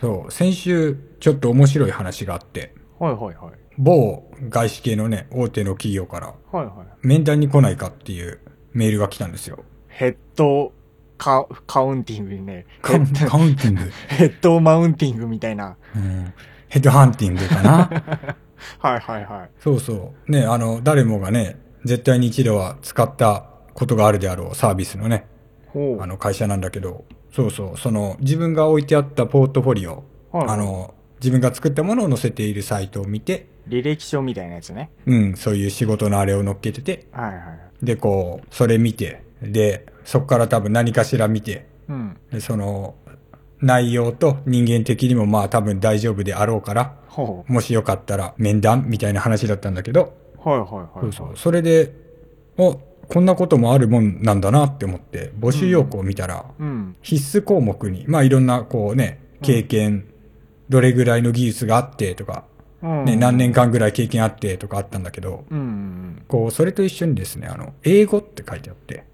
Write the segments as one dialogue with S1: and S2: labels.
S1: そう、先週、ちょっと面白い話があって、
S2: はいはいはい。
S1: 某外資系のね、大手の企業から、
S2: はいはい。
S1: 面談に来ないかっていうメールが来たんですよ。
S2: ヘッドカカウンティングにね、
S1: カウン
S2: ヘッ
S1: カウンティング。
S2: ヘッドマウンティングみたいな。
S1: うん、ヘッドハンティングか な。
S2: はいはいはい。
S1: そうそう。ね、あの、誰もがね、絶対に一度は使ったことがあるであろうサービスのね、
S2: ほう。
S1: あの会社なんだけど、そうそう、その自分が置いてあったポートフォリオ、
S2: はい
S1: あの、自分が作ったものを載せているサイトを見て、
S2: 履歴書みたいなやつね。
S1: うん、そういう仕事のあれを乗っけてて、
S2: はいはい。
S1: で、こう、それ見て、で、そこから多分何かしら見て、
S2: うん。
S1: でその、内容と人間的にもまあ多分大丈夫であろうから、
S2: ほ
S1: もしよかったら面談みたいな話だったんだけど、
S2: う。はいはいはい。
S1: そうそう。それで、お、こんなこともあるもんなんだなって思って、募集要項を見たら、
S2: うん。
S1: 必須項目に、まあいろんなこうね、経験、どれぐらいの技術があってとか、
S2: うん。
S1: ね、何年間ぐらい経験あってとかあったんだけど、
S2: うんうん
S1: こう、それと一緒にですね、あの、英語って書いてあって、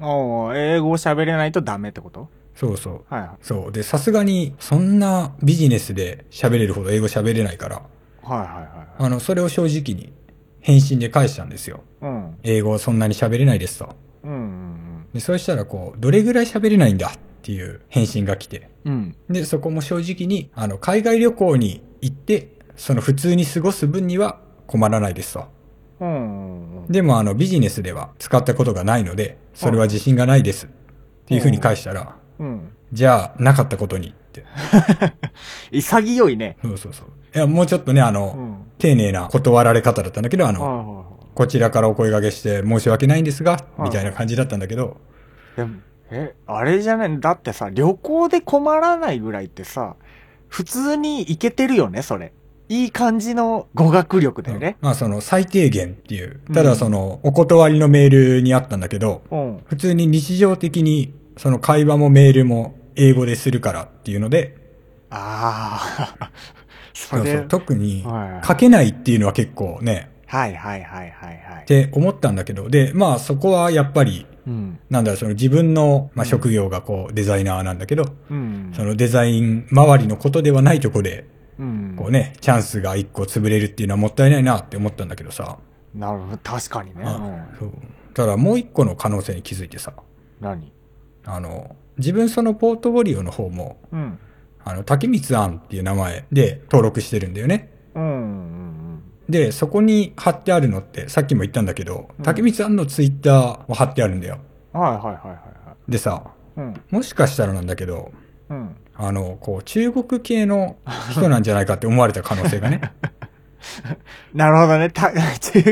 S2: うん。おう英語を喋れないとダメってこと
S1: そうそう。
S2: はいはい。
S1: そう。で、さすがに、そんなビジネスで喋れるほど英語喋れないから、
S2: はいはい
S1: あの、それを正直に返信で返したんですよ。
S2: はい。うん。
S1: 英語そんなに喋れないですと。
S2: うんうん
S1: で、そうしたらこう、どれぐらい喋れないんだっていう返信が来て。
S2: うん。うん。
S1: で、そこも正直に、あの、海外旅行に行って、その普通に過ごす分には困らないですと。
S2: うんうんうん。
S1: でも、あの、ビジネスでは使ったことがないので、それは自信がないです。っていうふうに返したら、
S2: うん。
S1: じゃあ、なかったことにって。
S2: 潔いね。
S1: そうそうそう。いや、もうちょっとね、あの、
S2: うん。
S1: 丁寧な断られ方だったんだけど、あ
S2: はいはい
S1: の、
S2: はい。
S1: こちらからお声掛けして申し訳ないんですが、
S2: い
S1: みたいな感じだったんだけど、
S2: でも、え、あれじゃない、だってさ、旅行で困らないぐらいってさ、普通に行けてるよね、それ。いい感じの語学力だよね。
S1: まあその最低限っていう、た
S2: う
S1: だ
S2: ん
S1: そのお断りのメールにあったんだけど、
S2: うん。
S1: 普通に日常的にその会話もメールも英語でするからっていうので、
S2: ああ。そ
S1: そう
S2: れ
S1: そう特に
S2: はい
S1: 書けないっていうのは結構ね、
S2: はいはいはいはいは
S1: っ
S2: い。
S1: て思ったんだけど、で、まあそこはやっぱり、
S2: うん。
S1: なんだろう、その自分の、まあ、
S2: うん
S1: 職業がこうデザイナーなんだけど、
S2: うん。
S1: そのデザイン周りのことではないとこで、
S2: うん。
S1: こうね、チャンスが一個潰れるっていうのはもったいないなって思ったんだけどさ。
S2: なるほど。確かにね。う
S1: あ
S2: ん。
S1: そうただもう一個の可能性に気づいてさ、
S2: 何
S1: あの、自分そのポートフォリオの方も、
S2: うん。
S1: あの、竹光庵っていう名前で登録してるんだよね。
S2: うんうん
S1: で、そこに貼ってあるのって、さっきも言ったんだけど
S2: う、ん
S1: 竹光庵のツイッターを貼ってあるんだよ。
S2: うん。はいはいはいは
S1: でさ、
S2: いはい。
S1: もしかしたらなんだけど、
S2: うん。うん。
S1: あの、こう、中国系の人なんじゃないかって思われた可能性 がね。
S2: なるほどね。た、中、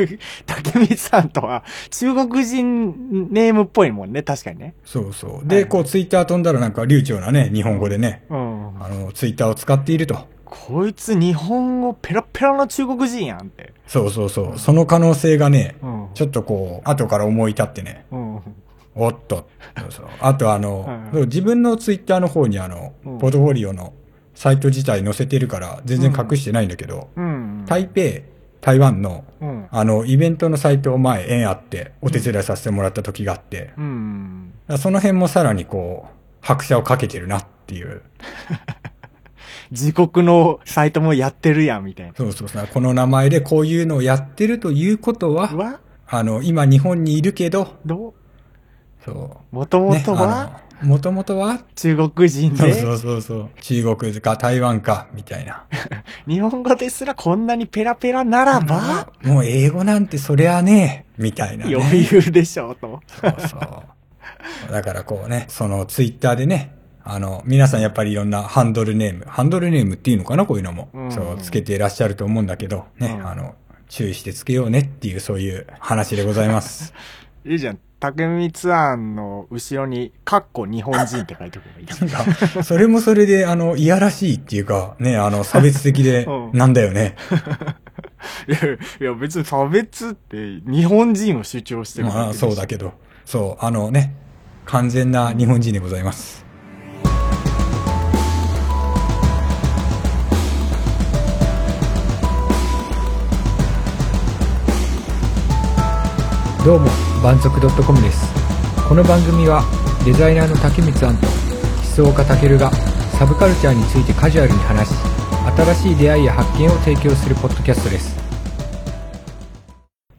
S2: 竹光さんとは、中国人ネームっぽいもんね。確かにね。
S1: そうそう。
S2: は
S1: で、
S2: い
S1: こう、ツイッター飛んだらなんか流暢なね、日本語でね、
S2: うん。
S1: あの、ツイッターを使っていると。
S2: こいつ日本語ペラペラの中国人やんって。
S1: そうそうそう。その可能性がね、
S2: うん
S1: ちょっとこう、後から思い立ってね、
S2: うん。
S1: おっと。そうそうあとあの、
S2: はいはい
S1: そう自分のツイッターの方にあの、
S2: うん
S1: ポートフォリオのサイト自体載せてるから、全然隠してないんだけど、
S2: うん。
S1: 台北、台湾の、
S2: うん。
S1: あの、イベントのサイトを前、縁あって、お手伝いさせてもらった時があって、だか
S2: うん。
S1: らその辺もさらにこう、拍車をかけてるなっていう。
S2: 自国のサイトもやってるやん、みたいな。
S1: そうそうそう。この名前でこういうのをやってるということ
S2: う
S1: は、
S2: わ
S1: あの、今日本にいるけど、
S2: ど
S1: そう、
S2: うもともとは、
S1: もともとは
S2: 中国人
S1: そう
S2: で、
S1: そうそうそう。中国か台湾か、みたいな。
S2: 日本語ですらこんなにペラペラならば、
S1: もう英語なんてそりゃね、みたいな、ね。
S2: 余裕でしょうと。
S1: そうそう。だからこうね、そのツイッターでね、あの、皆さんやっぱりいろんなハンドルネーム、ハンドルネームっていうのかな、こういうのも。
S2: うん
S1: そう、つけていらっしゃると思うんだけど、ね、
S2: うん
S1: あの、注意してつけようねっていう、そういう話でございます。
S2: いいじゃん。竹光庵の後ろに、かっこ日本人って書いておけばいい。
S1: なんかそれもそれで、あの、いやらしいっていうか、ね、あの、差別的で
S2: う、ん
S1: なんだよね。
S2: いやいや、別に差別って日本人を主張してる
S1: まあ、そうだけ
S2: け
S1: ど。そう、あのね、完全な日本人でございます。
S3: どうも、満足 .com です。この番組は、デザイナーの竹光庵と、思想家たけるが、サブカルチャーについてカジュアルに話し新しい出会いや発見を提供するポッドキャストです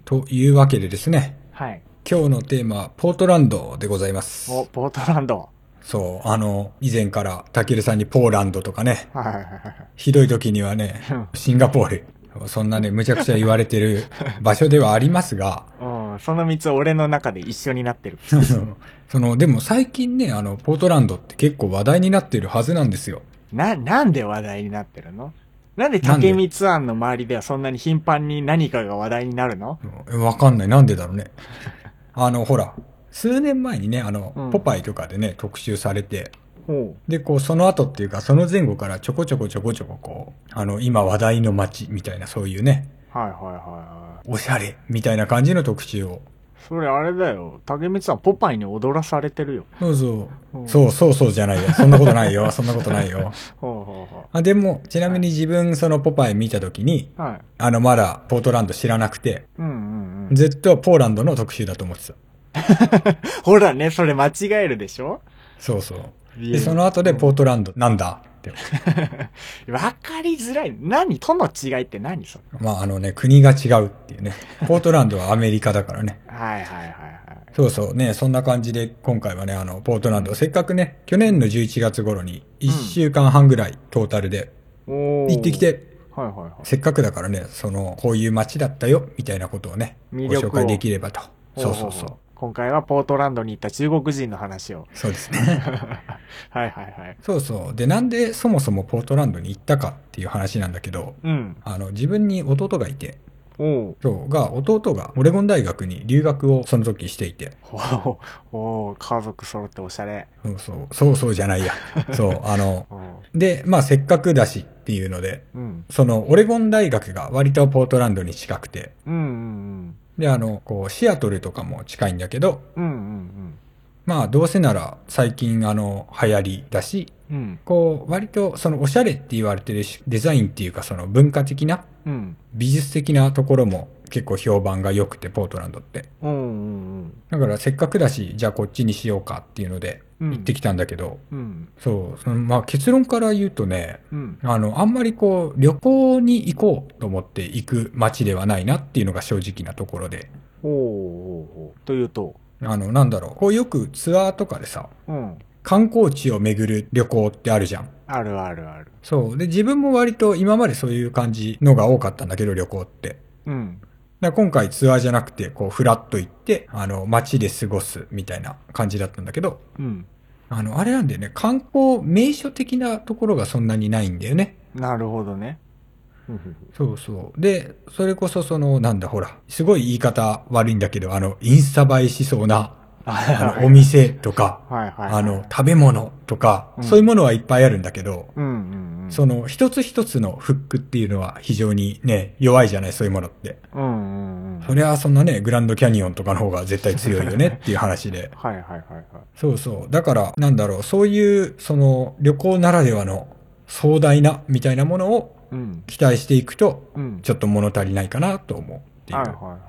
S1: というわけでですね、
S2: はい。
S1: 今日のテーマはポートランドでございます。
S2: お、ポートランド。
S1: そう、あの、以前からタケルさんにポーランドとかね、
S2: はいはいはいはい。
S1: ひどい時にはね、シンガポール。そんなね、むちゃくちゃ言われてる場所ではありますが、
S2: うん、その三つ俺の中で一緒になってる。
S1: そのその、でも最近ね、あの、ポートランドって結構話題になってるはずなんですよ。
S2: な、なんで話題になってるのなんで竹光庵の周りではそんなに頻繁に何かが話題になるの
S1: えわかんない。なんでだろうね。あの、ほら、数年前にね、あの、
S2: うん
S1: ポパイとかでね、特集されて、
S2: ほ
S1: で、こう、その後っていうか、その前後からちょこちょこちょこちょこ、こう、あの、今話題の街みたいな、そういうね、
S2: う。はいはいはいはい。
S1: おしゃれみたいな感じの特集を。
S2: それあれだよ。竹光さん、ポパイに踊らされてるよ。
S1: そうそうう。
S2: ん
S1: そうそうそうじゃないよ。そんなことないよ。 そんなことないよ。
S2: ほうほうほ
S1: あでも、ちなみに自分、そのポパイ見たときに、
S2: う。はい。
S1: あの、まだポートランド知らなくて、
S2: うんうんうん。
S1: ずっとポーランドの特集だと思ってた。
S2: ほらね、それ間違えるでしょ
S1: そうそう。
S2: い
S1: で、
S2: や
S1: その後でポートランド、なんだって。
S2: わかりづらい。何との違いって何それ。
S1: まあ、あのね、国が違うって いうね。ポートランドはアメリカだからね。
S2: はいはいはいはい。
S1: そうそうね、そんな感じで今回はね、あの、ポートランド、せっかくね、去年の11月頃に1週間半ぐらいトータルで
S2: おー
S1: 行ってき。て、
S2: はいはいはい。
S1: せっかくだからね、その、こういう街だったよ、みたいなことをね、ご
S2: 魅力を
S1: 紹介できればと。そうそう
S2: ほ
S1: そう
S2: ほ
S1: う
S2: ほ。今回はポートランドに行った中国人の話を。
S1: そうですね。
S2: はいはいはい。
S1: そうそう。で、なんでそもそもポートランドに行ったかっていう話なんだけど、
S2: うん。
S1: あの、自分に弟がいて、
S2: おお
S1: そう、が、弟がオレゴン大学に留学をその時していて、
S2: おおお家族揃っておしゃれ。
S1: そうそう、そうそうじゃ ないや。そう、あの、
S2: おう
S1: で、まあせっかくだしっていうので、
S2: うん。
S1: そのオレゴン大学が割とポートランドに近くて、
S2: うんうん
S1: で、あの、こう、シアトルとかも近いんだけど、
S2: うん。うんうん
S1: まあどうせなら最近あの、流行りだし、
S2: うん。うん。
S1: こう、割とそのおしゃれって言われてるしデザインっていうかその文化的な、
S2: うん。
S1: 美術的なところも結構評判が良くて、ポートランドって。
S2: うんうん
S1: だからせっかくだし、じゃあこっちにしようかっていうので、
S2: うん。
S1: 行ってきたんだけど、
S2: うん。
S1: そう、そのまあ結論から言うとね、
S2: うん。
S1: あの、あんまりこう、旅行に行こうと思って行く街ではないなっていうのが正直なところで、
S2: おうおうおうというと。
S1: あの、なんだろう、こうよくツアーとかでさ、
S2: うん。
S1: 観光地を巡る旅行ってあるじゃん。
S2: あるあるある。
S1: そう。で、自分も割と今までそういう感じのが多かったんだけど、旅行って。
S2: うん。
S1: だから今回ツアーじゃなくて、こう、フラッと行って、あの、街で過ごすみたいな感じだったんだけど、
S2: うん。
S1: あの、あれなんだよね、観光名所的なところがそんなにないんだよね。
S2: なるほどね。
S1: そうそう。で、それこそその、なんだ、ほら、すごい言い方悪いんだけど、あの、インスタ映えしそうな、 あ の、お店とか、
S2: はいはい。
S1: あの、、食べ物とか、
S2: うん
S1: そういうものはいっぱいあるんだけど、
S2: うんうんうん。
S1: その、一つ一つのフックっていうのは非常にね、弱いじゃない、そういうものって。
S2: うんうんうん。。
S1: そりゃ、そんなね、グランドキャニオンとかの方が絶対強いよねっていう話で
S2: はいはいはいはい。
S1: そうそう。だから、なんだろう、そういう、その、旅行ならではの壮大な、みたいなものを
S2: うん。
S1: 期待していくと、
S2: うん。
S1: ちょっと物足りないかなと思うっていう
S2: はいはいはい。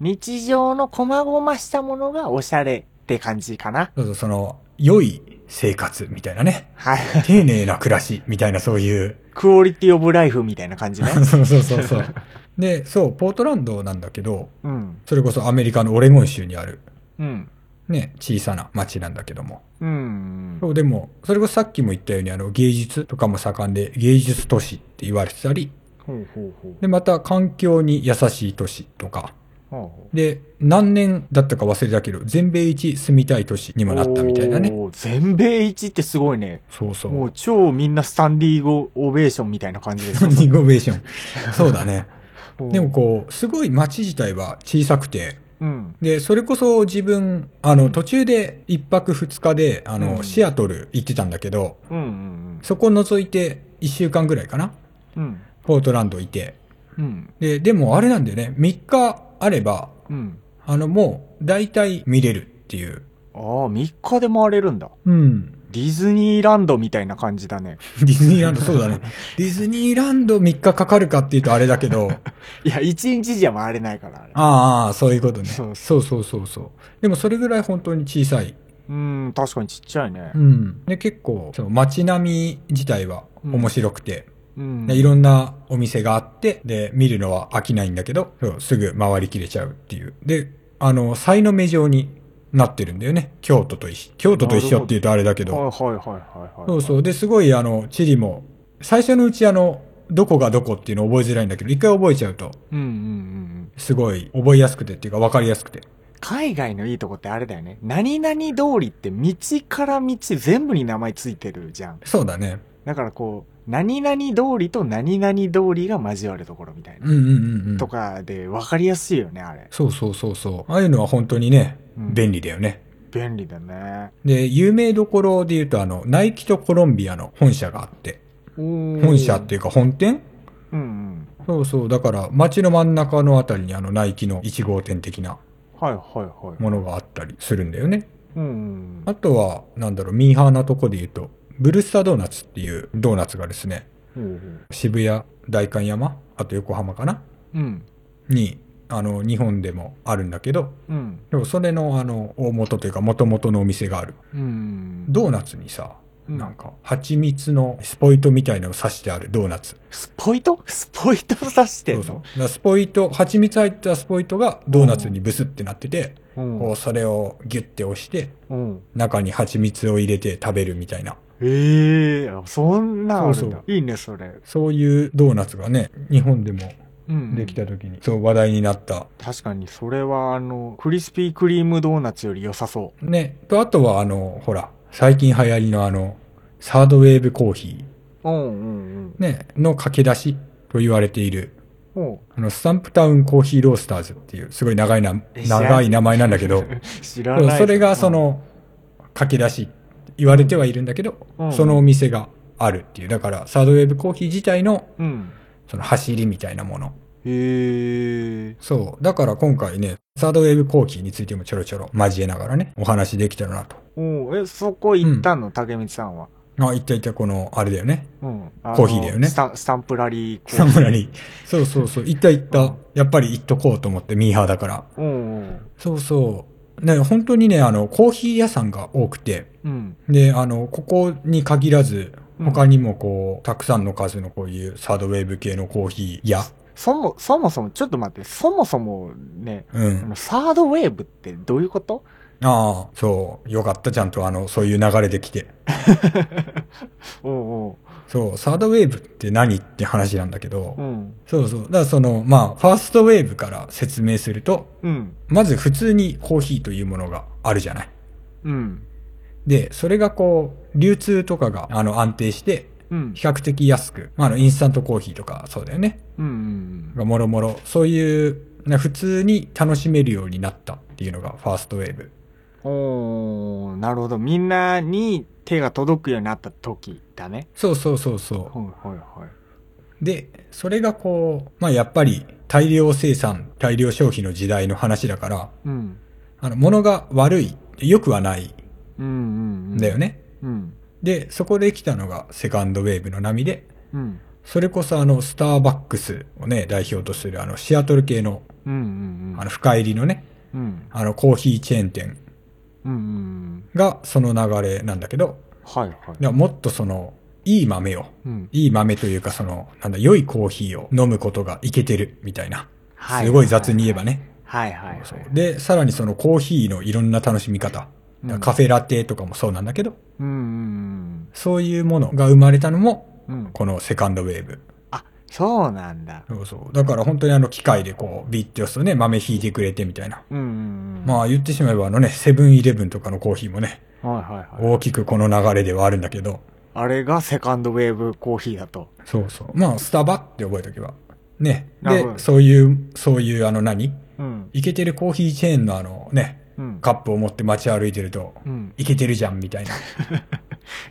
S2: 日常の細々したものがおしゃれって感じかな。
S1: そうそう、その、良い生活みたいなね。
S2: はい。
S1: 丁寧な暮らしみたいなそういう。
S2: クオリティオブライフみたいな感じね。
S1: そうそうそうそう。で、そう、ポートランドなんだけど、
S2: うん。
S1: それこそアメリカのオレゴン州にある、
S2: うん。
S1: ね、小さな町なんだけども。
S2: うん。
S1: そう、でも、それこそさっきも言ったように、あの、芸術とかも盛んで、芸術都市って言われてたり、
S2: ほうほうほう。
S1: で、また環境に優しい都市とか、
S2: ほうほう
S1: で、何年だったか忘れたけど、全米一住みたい都市にもなったみたいなね。
S2: おー。全米一ってすごいね。
S1: そうそう。
S2: もう超みんなスタンディーゴオベーションみたいな感じで
S1: ス
S2: す
S1: タ
S2: よ
S1: ンディングオベーション。そうだね。でも、
S2: ほ
S1: こう、すごい街自体は小さくて、
S2: ううん。
S1: で、それこそ自分、あの、途中で一泊二日で、あの、
S2: うん
S1: シアトル行ってたんだけど、
S2: うんうん
S1: そこ除いて一週間ぐらいかな、
S2: うん。うん。
S1: ポートランドいて。
S2: うん。
S1: で、でもあれなんだよね、3日あれば、
S2: うん。
S1: あの、もう、大体見れるっていう。
S2: ああ、3日で回れるんだ。
S1: うん。
S2: ディズニーランドみたいな感じだね。
S1: ディズニーランド、そう だね。ディズニーランド3日かかるかっていうとあれだけ ど、
S2: いや、1日じゃ回れないから、あれ。
S1: ああ、そういうことね。
S2: そう
S1: そうそうそうそう。でもそれぐらい本当に小さい
S2: うん、確かにちっちゃいね
S1: う。ん。で、結構、その街並み自体は面白くて、
S2: うん。
S1: でいろんなお店があって、で、見るのは飽きないんだけど、そうすぐ回りきれちゃうっていう。で、あの、賽の目状になってるんだよね。京都と一緒。京都と一緒っていうとあれだけど。
S2: はいはいはいはいはい。
S1: そうそう。で、すごい、あの、地理も、最初のうち、あの、どこがどこっていうの覚えづらいんだけど、一回覚えちゃうと、
S2: うんうんうんうん。
S1: すごい覚えやすくてっていうか分かりやすくて。
S2: 海外のいいとこってあれだよね。何々通りって道から道全部に名前ついてるじゃん。
S1: そうだね。
S2: だからこう、何々通りと何々通りが交わるところみたい
S1: う
S2: な。
S1: んうんうんうん。
S2: とかで分かりやすいよね、あれ。
S1: そうそうそうそう。ああいうのは本当にね、
S2: うん
S1: 便利だよね。
S2: 便利だね。
S1: で、有名どころで言うと、あの、ナイキとコロンビアの本社があって、本
S2: 本
S1: 社っていうか本店
S2: うんうん。
S1: そうそう。だから、街の真ん中のあたりに、あの、ナイキの1号店的な
S2: はいはいはい。
S1: ものがあったりするんだよね。
S2: うん
S1: あとは、なんだろう、ミーハーなとこで言うと、ブルスタードーナツっていうドーナツがですね、
S2: うん。
S1: 渋谷、代官山、あと横浜かな
S2: うん。
S1: に、あの、日本でもあるんだけど、
S2: うん。
S1: でもそれの、あの、大元というか、元々のお店がある。
S2: うん。
S1: ドーナツにさ、
S2: うん
S1: なんか、蜂蜜のスポイトみたいなのを刺してあるドーナツ。
S2: スポイトスポイト刺してん
S1: そうそう。
S2: の
S1: だからスポイト、蜂蜜入ったスポイトがドーナツにブスってなってて、
S2: うん
S1: こう、それをギュッて押して、
S2: うん。
S1: 中に蜂蜜を入れて食べるみたいな。
S2: ええあそんなんあるんだ
S1: そうそ
S2: いいね、それ。
S1: そういうドーナツがね、日本でも
S2: うん。
S1: できた時に、そう話題になった。
S2: 確かに、それは、あの、クリスピークリームドーナツより良さそ
S1: ね。と、あとはあの、ほら、最近流行りのあの、サードウェーブコーヒ
S2: う。うんうん
S1: ー、ね、の駆け出しと言われている、
S2: うん。も
S1: あの、スタンプタウンコーヒーロースターズっていう、すごい長いな、
S2: え知らない
S1: 長い名前なんだけど、
S2: う、 知らない。
S1: それがそ、の、駆け出し、言われてはいるんだけど、
S2: うん
S1: そのお店があるっていう。だから、サードウェーブコーヒー自体の、
S2: うん。
S1: その走りみたいなもの。
S2: へえ。
S1: そう。だから今回ね、サードウェーブ後期についてもちょろちょろ交えながらね、お話できたらなと。
S2: おうえ、そこ行ったの、竹道さんは。
S1: あ、一体一体この、あれだよね。
S2: うん。あの
S1: コーヒーだよね
S2: スタスタンプラリーコーヒー。
S1: サムラに。そうそうそう。一体一
S2: うん
S1: 体、やっぱり行っとこうと思って、ミーハーだから。
S2: うんうん。
S1: そうそう。ね、本当にね、あの、コーヒー屋さんが多くて、
S2: うん。
S1: で、あの、ここに限らず、
S2: うん
S1: 他にもこう、たくさんの数のこういうサードウェーブ系のコーヒー屋。
S2: そも、そもそも、ちょっと待って、そもそもね、
S1: う
S2: あ
S1: ん。
S2: のサードウェーブってどういうこと
S1: ああ、そう。よかった、ちゃんとあの、そういう流れで来て。
S2: うんうん。
S1: そう、サードウェーブって何って話なんだけど、
S2: うん。
S1: そうそう。だからその、まあ、ファーストウェーブから説明すると、
S2: うん。
S1: まず普通にコーヒーというものがあるじゃない。
S2: うん。
S1: で、それがこう、流通とかが、あの、安定して、
S2: うん。
S1: 比較的安く、まあ、あの、インスタントコーヒーとか、そうだよね。
S2: うんうん
S1: がもろもろ、そういう、な普通に楽しめるようになったっていうのがファーストウェーブ。
S2: うん。おー、なるほど。みんなに手が届くようになった時だね。
S1: そうそうそうそ
S2: はいはいはい。
S1: う。で、それがこう、まあ、やっぱり、大量生産、大量消費の時代の話だから、
S2: うん。
S1: あの、物が悪い、良くはない
S2: うんうんうんん。
S1: だよね。
S2: うん。
S1: で、そこで来たのがセカンドウェーブの波で、
S2: うん。
S1: それこそあの、スターバックスをね、代表とするあの、シアトル系の、
S2: うんうんうん。
S1: あの、深入りのね、
S2: うん。
S1: あの、コーヒーチェーン店
S2: うんうん。
S1: がその流れなんだけど、
S2: はいはい。
S1: でももっとその、いい豆を、
S2: うん。
S1: いい豆というかその、なんだ、良いコーヒーを飲むことがいけてる、みたいな。
S2: は
S1: すごい雑に言えば。ね。
S2: はいはいはい。
S1: そうで、さらにそのコーヒーのいろんな楽しみ方。
S2: うん
S1: カフェラテとかもそうなんだけど、
S2: うんうん
S1: そういうものが生まれたのも、
S2: うん。うん。
S1: このセカンドウェーブ。
S2: あ、そうなんだ。
S1: そうそう。だから本当にあの機械でこう、ビッて押すとね、豆引いてくれてみたいな。
S2: うんうんうん。
S1: まあ言ってしまえばあのね、セブンイレブンとかのコーヒーもね、
S2: あ。はいはいはい。
S1: 大きくこの流れではあるんだけど、
S2: あれがセカンドウェーブコーヒーだと。
S1: そうそう。まあ、スタバって覚えとけば。ね。
S2: なるほ
S1: で
S2: ど、
S1: そういう、そういうあの何
S2: うん。
S1: イケてるコーヒーチェーンのあのね、
S2: うん。
S1: カップを持って街歩いてると、
S2: うん。
S1: イケてるじゃんみたいな。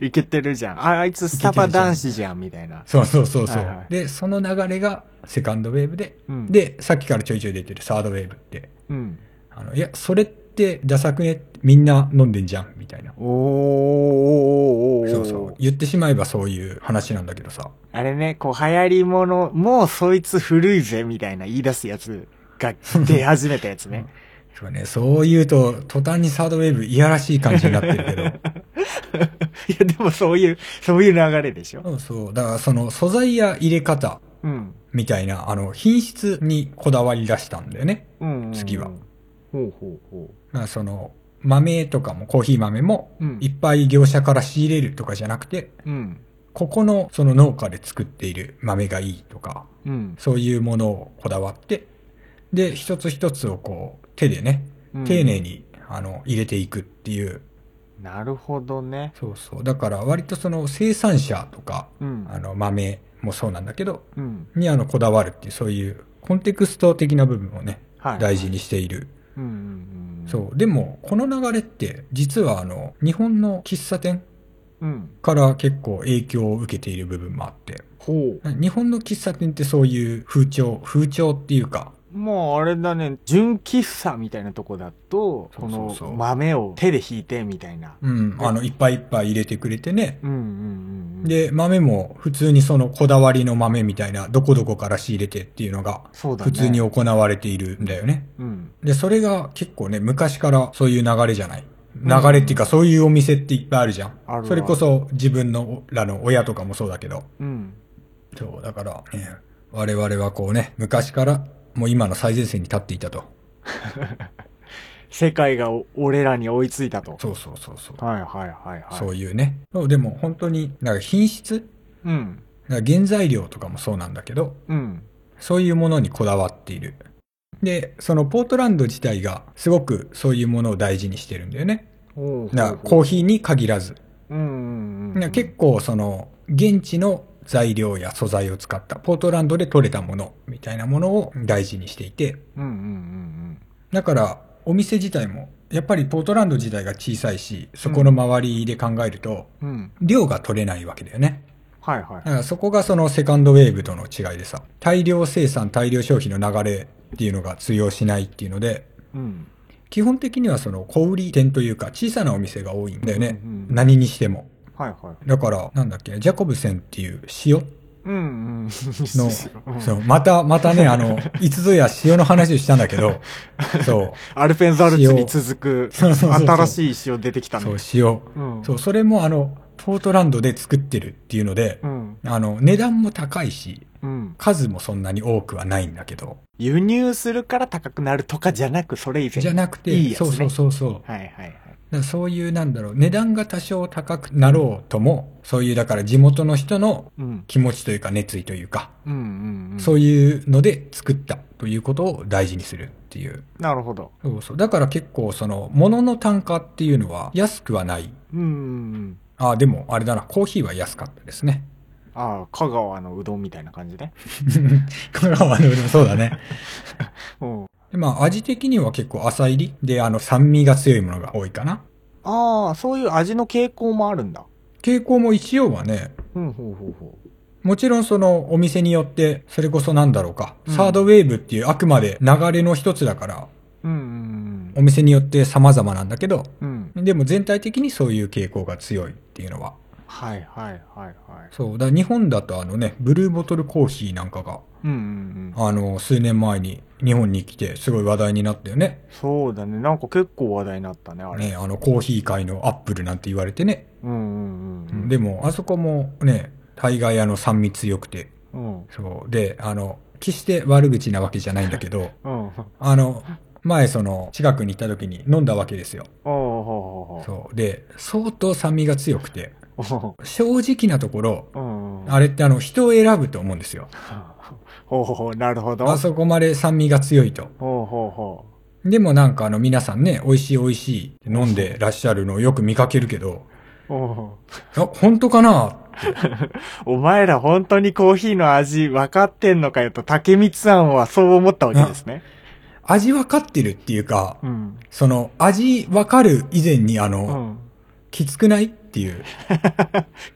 S2: いけてるじゃん。ああいつスタバ男子じゃん、みたいな。
S1: そうそうそうそ
S2: はいは
S1: う
S2: い。
S1: で、その流れがセカンドウェーブで、
S2: うん
S1: で、さっきからちょいちょい出てるサードウェーブって、
S2: うん。
S1: あの、いや、それってダサくねみんな飲んでんじゃんみたいな。
S2: おーおーおーおー
S1: そうそう。言ってしまえばそういう話なんだけどさ。
S2: あれね、こう流行りもの、もうそいつ古いぜ、みたいな言い出すやつが出始めたやつね。
S1: やっぱね、そう言うと、途端にサードウェーブいやらしい感じになってるけ ど。
S2: いや、でもそういう、そういう流れでしょ。
S1: そうそう。だからその素材や入れ方
S2: うん。
S1: みたいな、あの、品質にこだわり出したんだよね。
S2: うん、うん。
S1: 次は。
S2: ほうほうほ
S1: まあその、豆とかも、コーヒー豆も、
S2: う。うん
S1: いっぱい業者から仕入れるとかじゃなくて、
S2: うん。
S1: ここのその農家で作っている豆がいいとか、
S2: うん。
S1: そういうものをこだわって、で、一つ一つをこう、手でね、
S2: うん
S1: 丁寧。に、あの、入れていくっていう。
S2: なるほどね。
S1: そうそう。だから割とその生産者とか、
S2: うん。
S1: あの、豆もそうなんだけど、
S2: うん。
S1: にあの、こだわるっていう、そういうコンテクスト的な部分をね、
S2: はい。
S1: 大事にしている。
S2: うんうんうん。
S1: そう。でも、この流れって、実はあの、日本の喫茶店
S2: う。うん。
S1: から結構影響を受けている部分もあって、
S2: ほう。
S1: 日本の喫茶店ってそういう風潮、風潮っていうか、
S2: もうあれだね、純喫茶みたいなとこだと、
S1: そ
S2: こ
S1: うそう
S2: の
S1: そう
S2: 豆を手で引いてみたいな。
S1: うん、あの、いっぱいいっぱい入れてくれてね。
S2: うんうんうん。、
S1: で、豆も普通にそのこだわりの豆みたいな、どこどこから仕入れてっていうのが、
S2: そうだね。
S1: 普通に行われているんだよね。
S2: うん。
S1: で、それが結構ね、昔からそういう流れじゃない。流れっていうか、そういうお店っていっぱいあるじゃん。
S2: あるわ
S1: それこそ自分のらの親とかもそうだけど。
S2: うん。
S1: そう、だから、ね、我々はこうね、昔からもう今の最前線に立っていたと。
S2: 世界がお俺らに追いついたと。
S1: そうそうそうそう。
S2: はいはいはいはい。
S1: そういうね。そうでも本当に、なんか品質
S2: うん。
S1: なんか原材料とかもそうなんだけど、
S2: うん。
S1: そういうものにこだわっている。で、そのポートランド自体がすごくそういうものを大事にしてるんだよね。
S2: おう
S1: だからコーヒーに限らず。
S2: う。うんうんうん。
S1: な結構その現地の材料や素材を使った、ポートランドで採れたものみたいなものを大事にしていて、
S2: うんうんうん
S1: だからお店自体も、やっぱりポートランド自体が小さいし、そこの周りで考えると、
S2: うん。うん。
S1: 量が取れないわけだよね。
S2: はいは
S1: だ。
S2: い
S1: からそこがそのセカンドウェーブとの違いでさ、大量生産、大量消費の流れっていうのが通用しないっていうので、
S2: うん。
S1: 基本的にはその小売店というか小さなお店が多いんだよね。
S2: うんうんうん
S1: 何にしても。
S2: はいはい。
S1: だから、なんだっけ、ジャコブセンっていう塩
S2: うん うん。
S1: の、
S2: そ。
S1: そうう、また、またね、あの、いつぞや塩の話をしたんだけ ど、そう、
S2: アルペンザルツに続く、
S1: そうそうそうそう
S2: 新しい塩出てきた
S1: そう
S2: ね。、
S1: 塩。
S2: うん。
S1: そう、それもあの、ポートランドで作ってるっていうので
S2: う、ん。
S1: あの、値段も高いし、
S2: うん。
S1: 数もそんなに多くはないんだけど、
S2: 輸入するから高くなるとかじゃなく、それ以前。
S1: じゃなくて、
S2: いいやつ
S1: そ
S2: ね
S1: うそうそうそう。だか
S2: はいはいはい。
S1: らそういう、なんだろう、値段が多少高くなろうとも、そういう、だから地元の人の
S2: うん。
S1: 気持ちというか熱意というか、
S2: うんうんうん。
S1: そういうので作ったということを大事にするっていう。
S2: なるほど。
S1: そうそう。だから結構その、物の単価っていうのは安くはない。
S2: うんうんうん。
S1: ああ、でもあれだな、コーヒーは安かったですね。
S2: ああ、香川のうどんみたいな感じね。
S1: 香川のうどん、そうだね。
S2: うん。
S1: でまあ味的には結構浅入りで、あの酸味が強いものが多いかな。
S2: ああ、そういう味の傾向もあるんだ。
S1: 傾向も一応はね、
S2: うん、ほうほうほ
S1: もちろんそのお店によって、それこそなんだろうか、
S2: うん
S1: サードウェーブっていうあくまで流れの一つだから、
S2: う。うん
S1: お店によって様々なんだけど、
S2: うんうん。うん。
S1: でも全体的にそういう傾向が強いっていうのは。
S2: はいはいはいはい。
S1: そう。だ日本だとあのね、ブルーボトルコーヒーなんかが、
S2: うんうんうん。
S1: あの、数年前に日本に来てすごい話題になったよね。
S2: そうだね。なんか結構話題になったね、あれ。
S1: ね、あの、コーヒー界のアップルなんて言われてね。
S2: うんうんうんうん。
S1: でも、あそこもね、大概あの酸味強くて。
S2: うん。
S1: そう。で、あの、決して悪口なわけじゃないんだけど、
S2: うん。
S1: あの、前その、近くに行った時に飲んだわけですよ。
S2: おうほうほうほ
S1: そう。で、相当酸味が強くて、
S2: う。お
S1: 正直なところ、
S2: ううんうん。
S1: あれってあの、人を選ぶと思うんですよ。
S2: ほうほうほう、なるほど。
S1: あそこまで酸味が強いと。
S2: ほうほうほう。
S1: でもなんかあの皆さんね、美味しい美味しいって飲んでらっしゃるのをよく見かけるけど、
S2: お
S1: あ、本当かな
S2: お前ら本当にコーヒーの味分かってんのかよと、竹光さんはそう思ったわけですね。
S1: 味わかってるっていうか、
S2: うん。
S1: その味わかる以前にあの、
S2: うん。
S1: きつくないっていう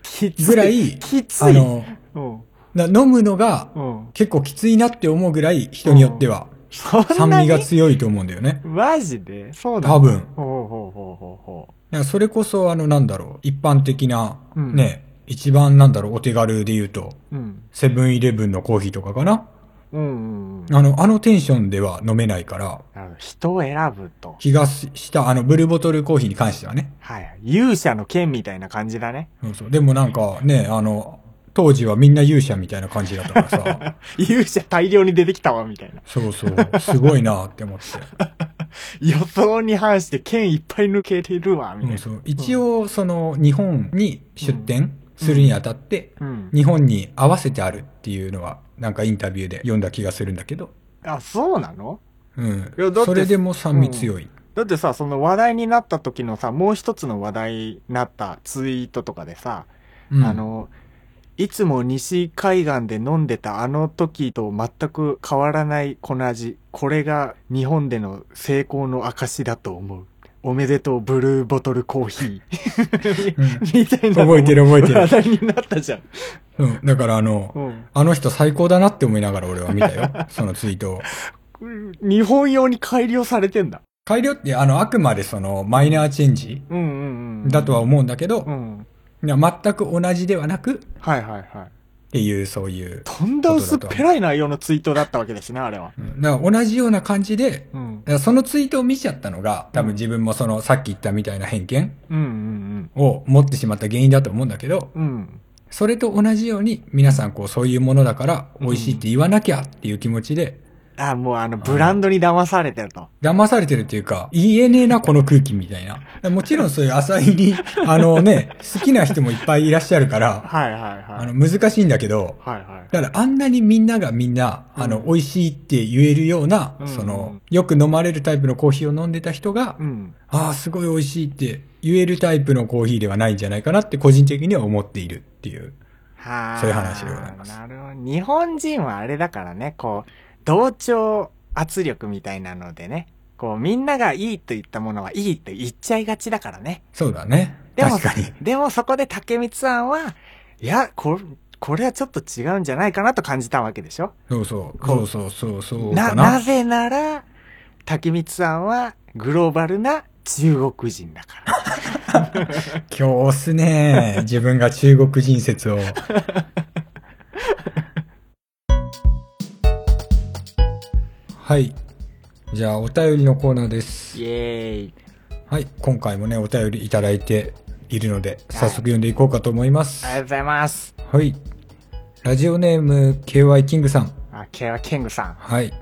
S2: きつい。
S1: ぐらい、
S2: きつい。
S1: あの、
S2: うん。
S1: な飲むのが
S2: うん。
S1: 結構きついなって思うぐらい人によっては
S2: そんなに
S1: 酸味が強いと思うんだよね。
S2: マジでそうだ。
S1: 多分。
S2: ほうほうほうほうほ
S1: だからそれこそあのなんだろう、一般的な、
S2: うん
S1: ね、一番なんだろう、お手軽で言うと、
S2: う。うん。
S1: セブンイレブンのコーヒーとかかな
S2: うんうんうん。
S1: あの、あのテンションでは飲めないから、
S2: なるほど人を選ぶと。
S1: 気がした、あの、ブルーボトルコーヒーに関してはね。
S2: はい。勇者の剣みたいな感じだね。
S1: そうそう。でもなんかね、あの、当時はみんな勇者みたいな感じだったから さ、
S2: 勇者大量に出てきたわ、みたいな。
S1: そうそう、すごいなって思って。
S2: 予想に反して剣いっぱい抜けてるわ、
S1: う
S2: み たい
S1: ん、
S2: な。
S1: そう一応、その、日本に出店するにあたって、
S2: うん。
S1: 日本に合わせてあるっていうのは、なんかインタビューで読んだ気がするんだけど、
S2: あ、そうなの
S1: うん
S2: いやだっ。て
S1: それでも酸味強い。
S2: だってさ、その話題になった時のさ、もう一つの話題になったツイートとかでさ、
S1: うん
S2: あ、の、いつも西海岸で飲んでたあの時と全く変わらないこの味。これが日本での成功の証だと思う。おめでとう、ブルーボトルコーヒー。
S1: うん
S2: みたいな。
S1: 覚えてる覚えてる
S2: 話題になったじゃん。
S1: うん。だからあの、
S2: うん
S1: あの人最高だなって思いながら俺は見た よ。そのツイートを。
S2: 日本用に改良されてんだ。
S1: 改良って、あの、あくまでその、マイナーチェンジ
S2: うんうんうん。
S1: だとは思うんだけど、
S2: うん。
S1: いや全く同じではなくっ
S2: はいはいはい。
S1: ていう、そういう。
S2: とんだ薄っぺらい内容のツイートだったわけですね、あれは。
S1: うんだから同じような感じで、
S2: うん。
S1: だからそのツイートを見ちゃったのが、多
S2: うん
S1: 分自分もその、さっき言ったみたいな偏見
S2: うんうん
S1: を持ってしまった原因だと思うんだけど、
S2: うん。うん。
S1: それと同じように、皆さんこう、そういうものだから、
S2: うん
S1: 美味しいって言わなきゃっていう気持ちで、
S2: あ、もうあの、ブランドに騙されてると。
S1: 騙されてるっていうか、言えねえな、この空気みたいな。もちろんそういう浅い に、あのね、好きな人もいっぱいいらっしゃるから、
S2: はいはいは
S1: あ
S2: い。
S1: の、難しいんだけど、
S2: はいはい。
S1: だからあんなにみんながみんな、
S2: うん
S1: あの、美味しいって言えるような、
S2: うん
S1: そ
S2: うん
S1: の、よく飲まれるタイプのコーヒーを飲んでた人が、
S2: うん。
S1: ああ、すごい美味しいって言えるタイプのコーヒーではないんじゃないかなって個人的には思っているっていう。
S2: はあ
S1: そういう話でございます
S2: なるほど。日本人はあれだからね、こう、同調圧力みたいなのでね、こう、みんながいいと言ったものはいいと言っちゃいがちだからね。
S1: そうだね。
S2: でも
S1: 確かに。
S2: でもそこで竹光さんは、いや、これ、これはちょっと違うんじゃないかなと感じたわけでしょ
S1: そうそう。
S2: こ
S1: そううそうそうそう
S2: な、
S1: か
S2: な
S1: な。
S2: ぜなら、竹光さんはグローバルな中国人だから。
S1: 今日押す ね。自分が中国人説を。 はい。じゃあ、お便りのコーナーです。
S2: イエーイ。
S1: はい、今回もね、お便りいただいているので、早速読んでいこうかと思います。
S2: あり
S1: は
S2: がとうございます。
S1: い。ラジオネーム、KY キングさん。
S2: あ、ケアキングさん。
S1: はい。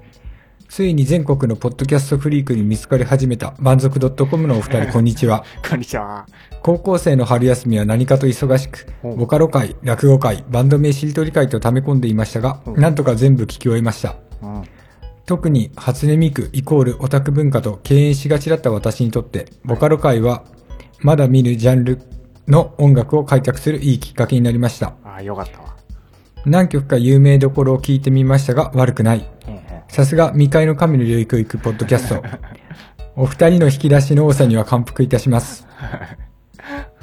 S1: ついに全国のポッドキャストフリークに見つかり始めた満足 .com のお二人、こんにちは。
S2: こんにちは。
S1: 高校生の春休みは何かと忙しく、
S2: うん
S1: ボカロ会、落語会、バンド名しりとり会と溜め込んでいましたが、
S2: うん
S1: なんとか全部聞き終えました。
S2: うん。
S1: 特に初音ミクイコールオタク文化と敬遠しがちだった私にとって、ボカロ界はまだ見ぬジャンルの音楽を開拓するいいきっかけになりました。
S2: あ、よかったわ。
S1: 何曲か有名どころを聞いてみましたが悪くない。さすが未開の神の領域を行くポッドキャス ト。お二人の引き出しの多さには感服いたします。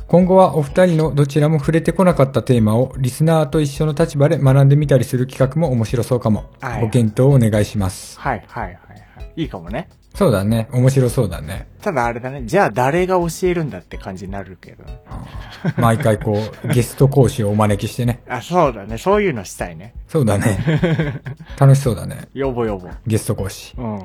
S1: 今後はお二人のどちらも触れてこなかったテーマをリスナーと一緒の立場で学んでみたりする企画も面白そうかも
S2: は。い
S1: ご検討をお願いします。
S2: はいはいはいはい。いいかもね。
S1: そうだね。面白そうだね。
S2: ただあれだね。じゃあ誰が教えるんだって感じになるけどね。
S1: 毎回こ う、ゲスト講師をお招きしてね。
S2: あ、そうだね。そういうのしたいね。
S1: そうだね。楽しそうだね。
S2: よぼよぼ。
S1: ゲスト講師。
S2: うん。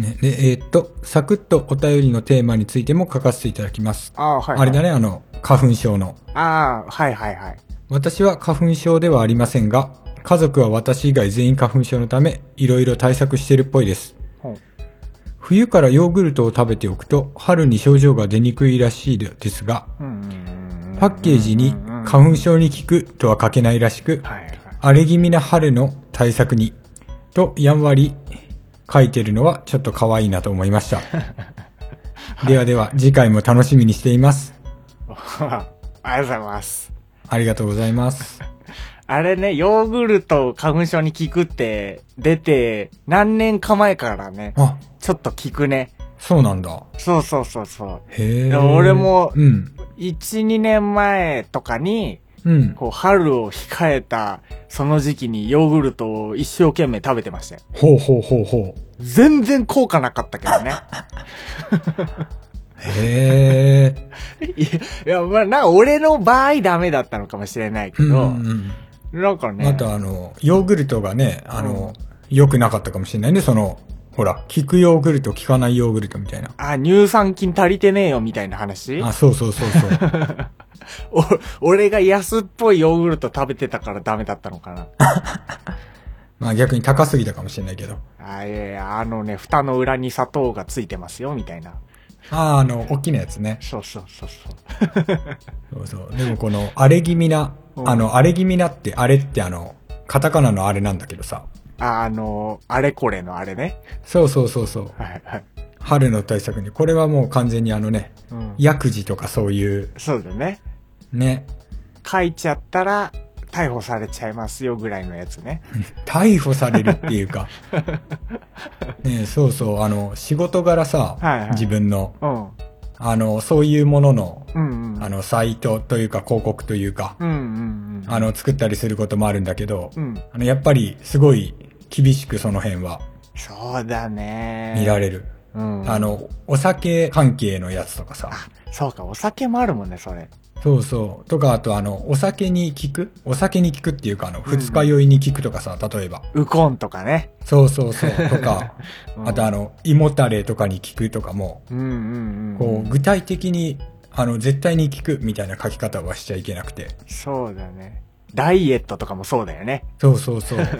S1: ねで、えーっと、サクッとお便りのテーマについても書かせていただきます。
S2: あはい、
S1: あれだね、あの、花粉症の。
S2: ああ、はいはいはい。
S1: 私は花粉症ではありませんが、家族は私以外全員花粉症のため、いろいろ対策してるっぽいです。
S2: ほう
S1: 冬からヨーグルトを食べておくと、春に症状が出にくいらしいですが、
S2: うんうんうん
S1: パッケージに
S2: は
S1: 花粉症に効くとは書けないらしく
S2: い、はい。
S1: 荒れ気味な春の対策に、とやんわり書いてるのはちょっと可愛いなと思いま した。ではでは、次回も楽しみにしています。
S2: ありがとうございます。
S1: ありがとうございます。
S2: あれね、ヨーグルト花粉症に効くって出て何年か前からね、
S1: あ、
S2: ちょっと効くね。
S1: そうなんだ。
S2: そうそうそうそう。
S1: へ
S2: い
S1: え。
S2: や俺も
S1: うん。
S2: 1、2年前とかに、
S1: うん。
S2: こう、春を控えた、その時期にヨーグルトを一生懸命食べてましたよ。
S1: ほうほうほうほう。
S2: 全然効果なかったけ どね。
S1: へえ。
S2: いや、まあ、なんか俺の場合ダメだったのかもしれないけ
S1: うんう
S2: ど、
S1: んうん。
S2: なんかね。
S1: またあの、ヨーグルトがね、あの、良くなかったかもしれないね、その、ほら、効くヨーグルト、効かないヨーグルトみたいな。
S2: あ、乳酸菌足りてねえよみたいな話
S1: あ、そうそうそう そう。
S2: お俺が安っぽいヨーグルト食べてたからダメだったのかな。
S1: まあ逆に高すぎたかもしれないけど。
S2: あ、いやいや、あのね、蓋の裏に砂糖がついてますよみたいな。
S1: ああ、あの、大きなやつね。
S2: そうそうそうそう。
S1: そうそう。でもこの、荒れ気味な、
S2: うん
S1: あの、荒れ気味なって、あれってあの、カタカナのあれなんだけどさ。
S2: あ、あの、あれこれのあれね。
S1: そうそうそうそう。
S2: はいはい。
S1: 春の対策に、これはもう完全にあのね、
S2: うん。
S1: 薬事とかそういう、
S2: そうだね。
S1: ね、
S2: 書いちゃったら、逮捕されちゃいますよぐらいのやつね。
S1: 逮捕されるっていう か。ねそうそう、あの、仕事柄さ、
S2: はいはい
S1: 自分の、
S2: うん。うん
S1: あの、そういうものの、
S2: うん。
S1: あの、サイトというか広告というか、
S2: うんうんうん。
S1: あの、作ったりすることもあるんだけど、
S2: うん。
S1: あの、やっぱり、すごい、厳しくその辺は、
S2: そうだね。
S1: 見られる。
S2: うん。
S1: あの、お酒関係のやつとかさ。
S2: そうか、お酒もあるもんね、それ。
S1: そうそう。とか、あと、あの、お酒に効くお酒に効くっていうか、あの、二日酔いに効くとかさ、例えば。
S2: ウコンとかね。
S1: そうそうそう。と か、
S2: うん
S1: あと、あの、胃もたれとかに効くとかも、
S2: うんうんうん。
S1: こう、具体的に、あの、絶対に効くみたいな書き方はしちゃいけなくて。
S2: そうだね。ダイエットとかもそうだよね。
S1: そうそう そう。だか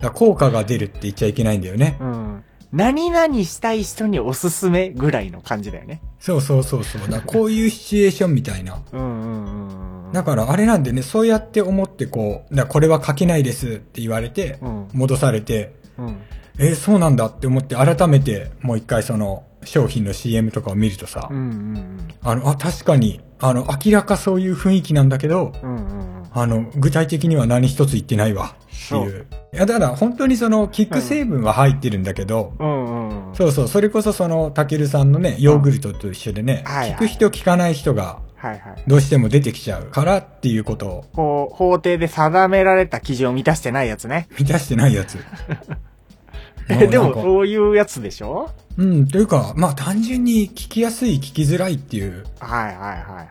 S1: ら効果が出るって言っちゃいけないんだよね。
S2: うん。何々したい人におすすめぐらいの感じだよね。
S1: そうそうそうそう。だからこういうシチュエーションみたいな。
S2: うんうんうんうん。
S1: だからあれなんでね、そうやって思ってこう、だからこれは書けないですって言われて
S2: う、ん。
S1: 戻されて、
S2: うん。
S1: えーそうなんだって思って改めてもう一回その商品の CM とかを見るとさ、
S2: うんうん
S1: あの、あ、確かに、あの、明らかそういう雰囲気なんだけど、
S2: うん。うんうんうん。
S1: あの、具体的には何一つ言ってないわって
S2: そ。
S1: いうう。いや、だから本当にその、キック成分は入ってるんだけど、
S2: うんうんうん。
S1: そうそう、それこそその、たけるさんのね、ヨーグルトと一緒でね、
S2: はいはい
S1: 聞く人聞かない人が
S2: はいはい。
S1: どうしても出てきちゃうからっていうことを
S2: こう、法廷で定められた基準を満たしてないやつね。
S1: 満たしてないやつ。
S2: え、でも、
S1: なんか
S2: そういうやつでしょ
S1: うん、というか、まあ単純に聞きやすい、聞きづらいっていう、
S2: はいはいはいはいはい。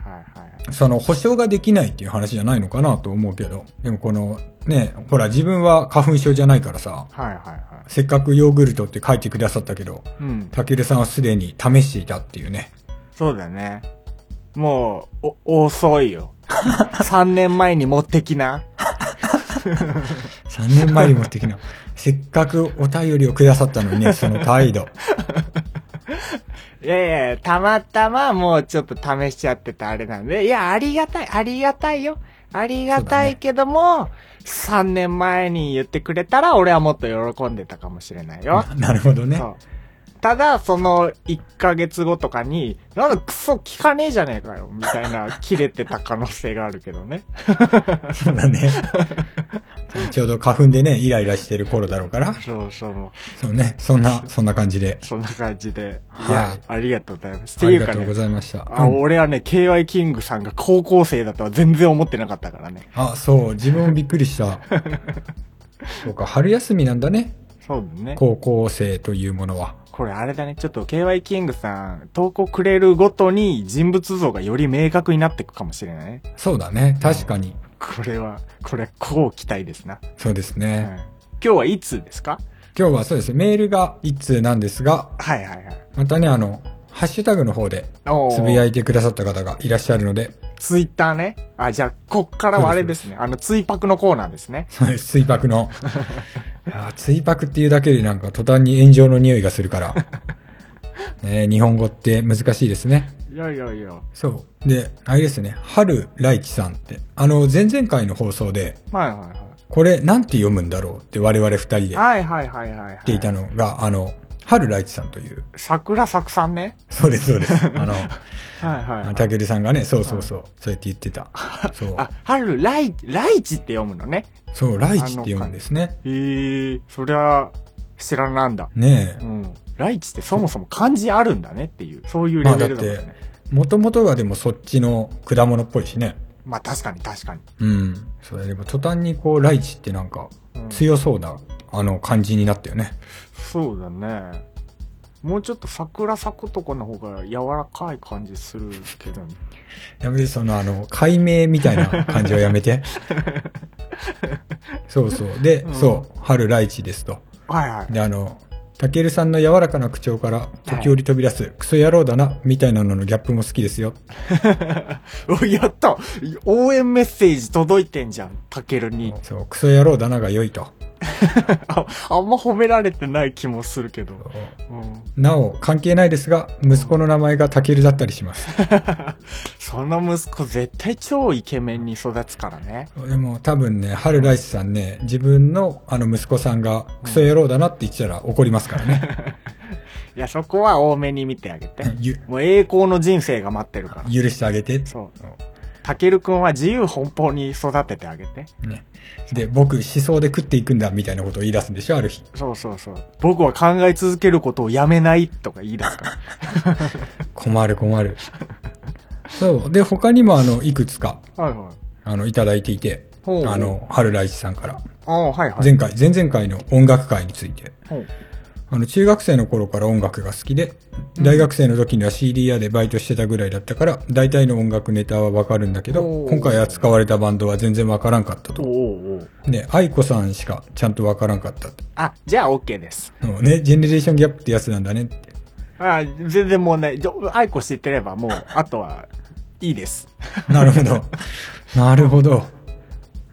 S1: その保証ができないっていう話じゃないのかなと思うけど。でもこの、ね、ほら自分は花粉症じゃないからさ、
S2: はいはいは
S1: せっかくヨーグルトって書いてくださったけど、
S2: い。うん。
S1: たけるさんはすでに試していたっていうね。
S2: そうだね。もう、お、遅い よ。3年前に持ってきな。
S1: 3年前に持ってきな。せっかくお便りをくださったのに ね、その態度。
S2: いやいや、たまたまもうちょっと試しちゃってたあれなんで、いや、ありがたい、ありがたいよ。ありがたいけども、3年前に言ってくれたら俺はもっと喜んでたかもしれないよ。
S1: なるほどね
S2: そ。う。ただ、その1ヶ月後とかに、なんかクソ聞かねえじゃねえかよ、みた いな、切れてた可能性があるけどね。
S1: そうだね。ちょうど花粉でね、イライラしてる頃だろうから。
S2: そうそう。
S1: そうね。そんな、そんな感じで。
S2: そんな感じで。
S1: はい
S2: いや、ありがとうございます。って
S1: あ
S2: い
S1: り
S2: う
S1: が
S2: か
S1: とう
S2: ね
S1: ご、ざいました。
S2: あ
S1: うん
S2: 俺はね、KY キングさんが高校生だとは全然思ってなかったからね。
S1: あ、そう。自分もびっくりした。そうか、春休みなんだね。
S2: そうだね。こ
S1: 高校生というものは。
S2: れあれだね、ちょっと KY キングさん、投稿くれるごとに人物像がより明確になっていくかもしれないね。
S1: そうだね。確かに。
S2: これは、これ、こう期待ですな。
S1: そうです
S2: うん、
S1: ね。
S2: 今日はいつですか
S1: 今日はそうです。メールが一通なんですが、
S2: はいはいはい。
S1: またね、あの、ハッシュタグの方で
S2: お
S1: つぶや
S2: い。
S1: いてくださった方がいらっしゃるので、
S2: ツイッターね。あ、じゃあ、こっからはあれですね。あの、ツイパクのコーナーですね。
S1: そう です。追爆の。あー追爆っていうだけでなんか途端に炎上の匂いがする から。ねえ日本語って難しいですね。
S2: いやいやいや。
S1: そう。で、あれですね。春来地さんって。あの、前々回の放送で、
S2: はいはいはい。
S1: これなんて読むんだろうって我々二人で言っ
S2: はいはいはいはい、はい。
S1: ていたのが、あの、春来地さんという。
S2: 桜作さんね。
S1: そうです、そう です。あの、
S2: はいはい、はい。
S1: たけるさんがね、そうそうそう。そうやって言ってた。そう。
S2: あ、春、ライ、ライチって読むのね。
S1: そう、来地って読むんですね。
S2: へえ、そりゃ、知らなんだ。
S1: ね
S2: う
S1: え。
S2: ん。ライチってそもそも漢字あるんだねっていう、そういうレベルだも
S1: ま
S2: ん
S1: あだ
S2: ね。
S1: もともとがでもそっちの果物っぽいしね。
S2: まあ確かに確かに。
S1: うん。それでも途端にこう、ライチってなんか
S2: うん
S1: 強そうな、あの、感じになったよね。
S2: そうだね。もうちょっと桜咲くとこの方が柔らかい感じするけど ね。
S1: やめて、その、あの、解明みたいな感 じはやめて。そうそう。で、
S2: うん
S1: そう、春来地ですと。
S2: はいはい。
S1: で、あの、たけるさんの柔らかな口調から時折飛び出す、クソ野郎だな、みたいなののギャップも好きですよ。
S2: お やった応援メッセージ届いてんじゃん、タケルに。
S1: そう、クソ野郎だなが良いと。
S2: ああんま褒められてない気もするけど。うん、
S1: なお、関係ないですが、息子の名前がたけるだったりします。
S2: その息子絶対超イケメンに育つからね。
S1: でも多分ね、春ライスさんね、自分のあの息子さんがクソ野郎だなって言ってたら怒りますから ね。
S2: いや、そこは多めに見てあげて。
S1: ゆ
S2: もう栄光の人生が待ってるから。
S1: 許してあげて。
S2: そう。タケルくんは自由奔放に育ててあげて。
S1: ね、で、僕、思想で食っていくんだ、みたいなことを言い出すんでしょ、ある日。
S2: そうそうそう。僕は考え続けることをやめないとか言い出すから。
S1: 困る困る。そう。で、他にもあの、いくつか、
S2: はいはい。
S1: あの、いただいていて、
S2: ほう
S1: あの、春ライスさんから。
S2: ああ、はいはい。
S1: 前回、前々回の音楽会について。
S2: ほう
S1: あの、中学生の頃から音楽が好きで、大学生の時には CD 屋でバイトしてたぐらいだったから、大体の音楽ネタはわかるんだけど
S2: お、ー
S1: 今回扱われたバンドは全然わからんかった
S2: おう
S1: と。
S2: おうおう
S1: ね、愛子さんしかちゃんとわからんかったと。
S2: あ、じゃあ OK です。
S1: うんね、ジェネレーションギャップってやつなんだねって。
S2: ああ全然問題。じゃあ愛子知ってればもう、あとは、いいです。
S1: なるほど。なるほど。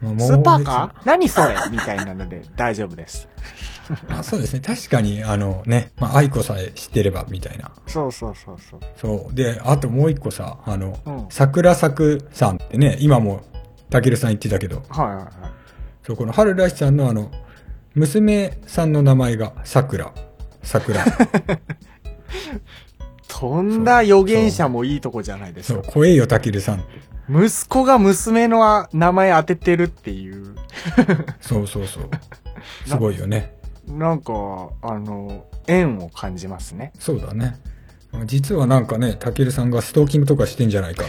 S1: まあもう
S2: スーパーカー何それみたいなので 大丈夫です。
S1: あそうですね。確かに、あのね、まあ、愛子さえ知ってれば、みたいな。
S2: そうそうそうそう。
S1: そう。で、あともう一個さ、あの、
S2: うん
S1: 桜咲くさんってね、今も、たけるさん言ってたけど、
S2: はいはいはい。
S1: そう、この春らしさんのあの、娘さんの名前が、桜。 桜。
S2: とんだ予言者もいいとこじゃないです
S1: そ
S2: か
S1: う、。怖えよ、たけるさん。
S2: 息子が娘の名前当ててるっていう。
S1: そうそうそう。すごいよね。
S2: なんか、あの、縁を感じますね。
S1: そうだね。実はなんかね、たけるさんがストーキングとかしてんじゃない か。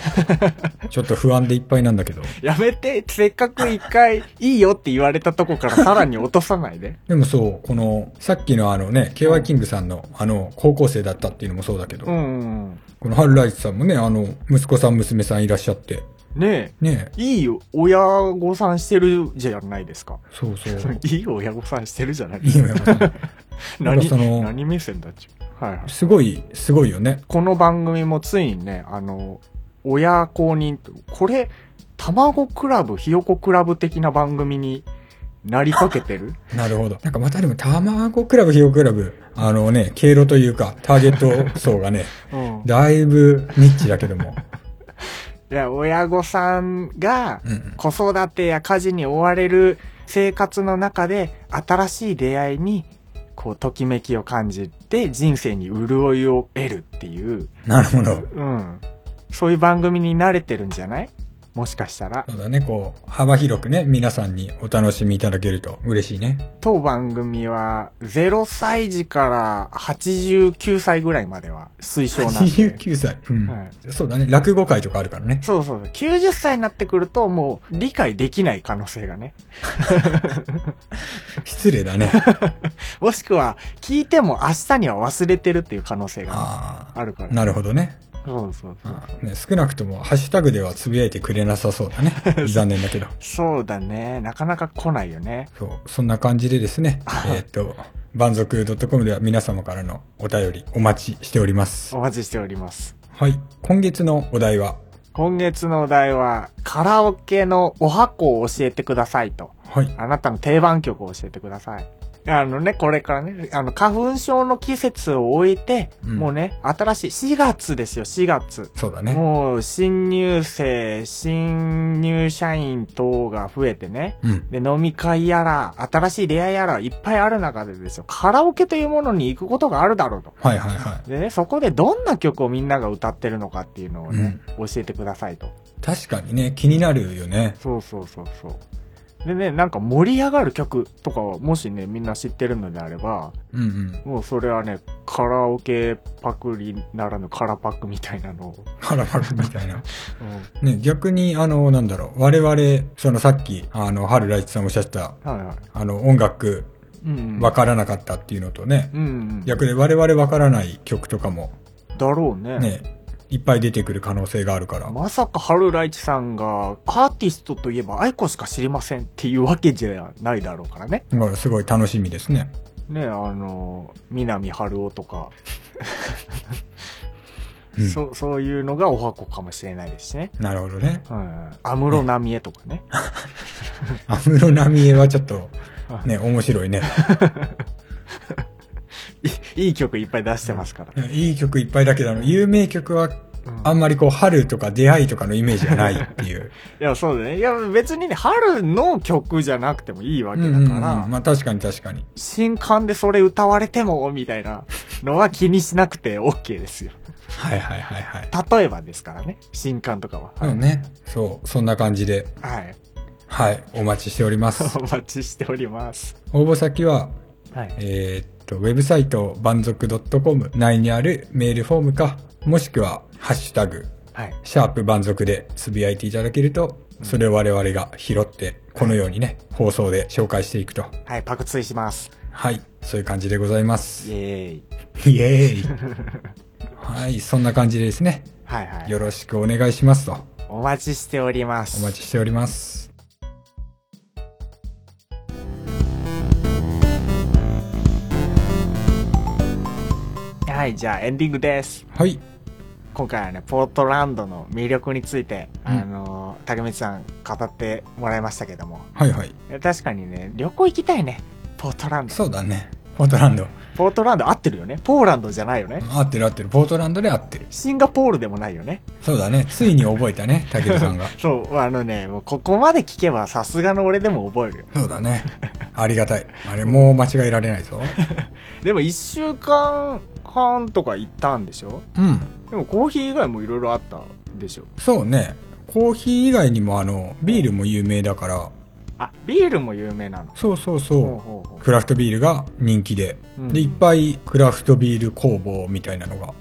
S1: ちょっと不安でいっぱいなんだけど。
S2: やめて、せっかく一回 いいよって言われたとこからさらに落とさないで。
S1: でもそう、この、さっきのあのね、KY キングさんの、あの、高校生だったっていうのもそうだけど、
S2: うんうんうん。
S1: このハルライスさんもね、あの、息子さん、娘さんいらっしゃって、
S2: ね
S1: ね
S2: え、いい親御さんしてるじゃないですか。
S1: そうそう。
S2: いい親御さんしてるじゃないで
S1: いい
S2: す
S1: よ
S2: か。
S1: やっぱさなん
S2: 何、
S1: かその
S2: 何目線だっちゅう。はいはい。
S1: すごい、すごいよね。
S2: この番組もついにね、あの、親公認、これ、卵クラブ、ひよこクラブ的な番組になりかけ てる
S1: なるほど。なんかまたでも、たまごクラブ、ひよクラブ、あのね、経路というか、ターゲット層がね、
S2: うん。
S1: だいぶニッチだけども。
S2: いや、親御さんが
S1: うん、
S2: 子育てや家事に追われる生活の中で、新しい出会いに、こう、ときめきを感じて、人生に潤いを得るっていう、
S1: なるほど。
S2: うん。そういう番組に慣れてるんじゃないもしかしたら。
S1: そうだね、こう、幅広くね、皆さんにお楽しみいただけると嬉しいね。
S2: 当番組は0歳児から89歳ぐらいまでは推奨なんで。
S1: 29歳。うん。
S2: はい
S1: そうだね、落語会とかあるからね。
S2: そうそう。90歳になってくるともう理解できない可能性がね。
S1: 失礼だね。
S2: もしくは聞いても明日には忘れてるっていう可能性が
S1: あ
S2: あるか
S1: あ。
S2: ら。
S1: なるほどね。
S2: そうそうそう。
S1: ね、少なくとも、ハッシュタグではつぶやいてくれなさそう だね。残念だけど。
S2: そうだね。なかなか来ないよね。
S1: そう、そんな感じでです ね、えーっと、万族 .com では皆様からのお便りお待ちしております
S2: お。待ちしております。
S1: はい。今月のお題は、
S2: 今月のお題はカラオケのお箱を教えてくださいと。
S1: はい。
S2: あなたの定番曲を教えてください。あのね、これからね、あの、花粉症の季節を置いて、
S1: うん
S2: もうね、新しい、4月ですよ、4月。
S1: そうだね。
S2: もう、新入生、新入社員等が増えてね。
S1: うん。
S2: で、飲み会やら、新しい出会いやら、いっぱいある中でですよ、カラオケというものに行くことがあるだろうと。
S1: はいはいはい。
S2: でね、そこでどんな曲をみんなが歌ってるのかっていうのをね、教えてくださいと。
S1: 確かにね、気になるよね。
S2: そうそうそうそう。でね、なんか盛り上がる曲とかは、もしね、みんな知ってるのであれば、
S1: うんうん。
S2: もうそれはね、カラオケパクリならぬカラパクみたいなのを。
S1: 腹パクみたい な。ね、逆に、あの、なんだろう、我々、そのさっき、あの、春来一さんおっしゃった、
S2: はいはい。
S1: あの、音楽、
S2: うんうん、
S1: わからなかったっていうのとね、
S2: うんうん。
S1: 逆で我々わからない曲とかも、
S2: だろうね。
S1: ね、いっぱい出てくる可能性があるから。
S2: まさか春ライチさんが、アーティストといえば愛子しか知りませんっていうわけじゃないだろうからね。
S1: だからすごい楽しみですね。
S2: ねあの南春夫とか、
S1: うん
S2: そそういうのがお箱かもしれないですしね
S1: なるほどね。
S2: うん安室奈美恵とか ね
S1: 安室奈美恵はちょっと、ね、面白いね。
S2: いいい曲いっぱい出してますから、
S1: いい曲いっぱいだけど、あの、有名曲は、
S2: うん
S1: あんまりこう、春とか出会いとかのイメージがないっていう。
S2: いやそうだねいや別にね春の曲じゃなくてもいい わ
S1: う
S2: け
S1: ん
S2: だ
S1: うん
S2: か
S1: う
S2: ら、
S1: ん、まあ確かに確かに。
S2: 新刊でそれ歌われてもみたいなのは気にしなくて OK ですよ
S1: はいはいはいはい。
S2: 例えばですからね新刊とかは、
S1: うんね。そう、そんな感じで、
S2: はい
S1: はい、お待ちしております。
S2: お待ちしております
S1: 応募先は、
S2: はい
S1: えーっと、ウェブサイト、万族 .com 内にあるメールフォームか、もしくは、ハッシュタグ、
S2: はい
S1: シャープ満足でつぶやいていただけると、それを我々が拾って、このようにね、放送で紹介していくと。
S2: はいパクツイします
S1: はい。そういう感じでございま
S2: イ
S1: す。
S2: エーイ
S1: イエーイ。はい。そんな感じでですね。
S2: はいはい
S1: よろしくお願いしますと。
S2: お待ちしております
S1: お待ちしております。
S2: はいじゃあエンディングです
S1: はい。
S2: 今回はねポートランドの魅力について、
S1: うん
S2: あのー竹光さん語ってもらいましたけども
S1: はいはい。
S2: いや確かにね旅行行きたいねポートランド
S1: そうだね。ポートランド。
S2: ポートランド合ってるよねポーランドじゃないよね
S1: 合ってる合ってる。ポートランドで合ってる。
S2: シンガポールでもないよね
S1: そうだね。ついに覚えたね。武田さんが。
S2: そう、あのね、もうここまで聞けばさすがの俺でも覚えるよ。
S1: そうだね。ありがたい。あれ、もう間違えられないぞ。
S2: でも1週間半とか行ったんでしょ
S1: うん。
S2: でもコーヒー以外もいろいろあったでしょ
S1: そうね。コーヒー以外にもあの、ビールも有名だから、
S2: あ、ビールも有名なの。
S1: そうそう
S2: ほう
S1: そ
S2: ほうほ
S1: う。クラフトビールが人気で、
S2: うん
S1: で、いっぱいクラフトビール工房みたいなのが
S2: う。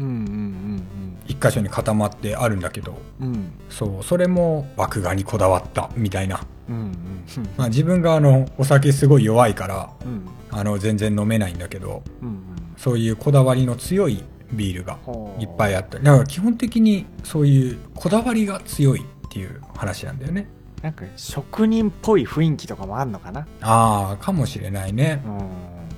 S2: うんうん
S1: 一箇所に固まってあるんだけど、
S2: うんうん。うん。
S1: そう、それも麦芽にこだわったみたいな。
S2: うんうん
S1: まあ自分があの、お酒すごい弱いから、
S2: うん。うん
S1: あの、全然飲めないんだけど、
S2: うんうん。
S1: そういうこだわりの強いビールが
S2: ほう
S1: いっぱいあった。だから基本的にそういうこだわりが強いっていう話なんだよね。
S2: なんか職人っぽい雰囲気とかもあんのかな
S1: ああ、かもしれないね
S2: う。ん。
S1: あ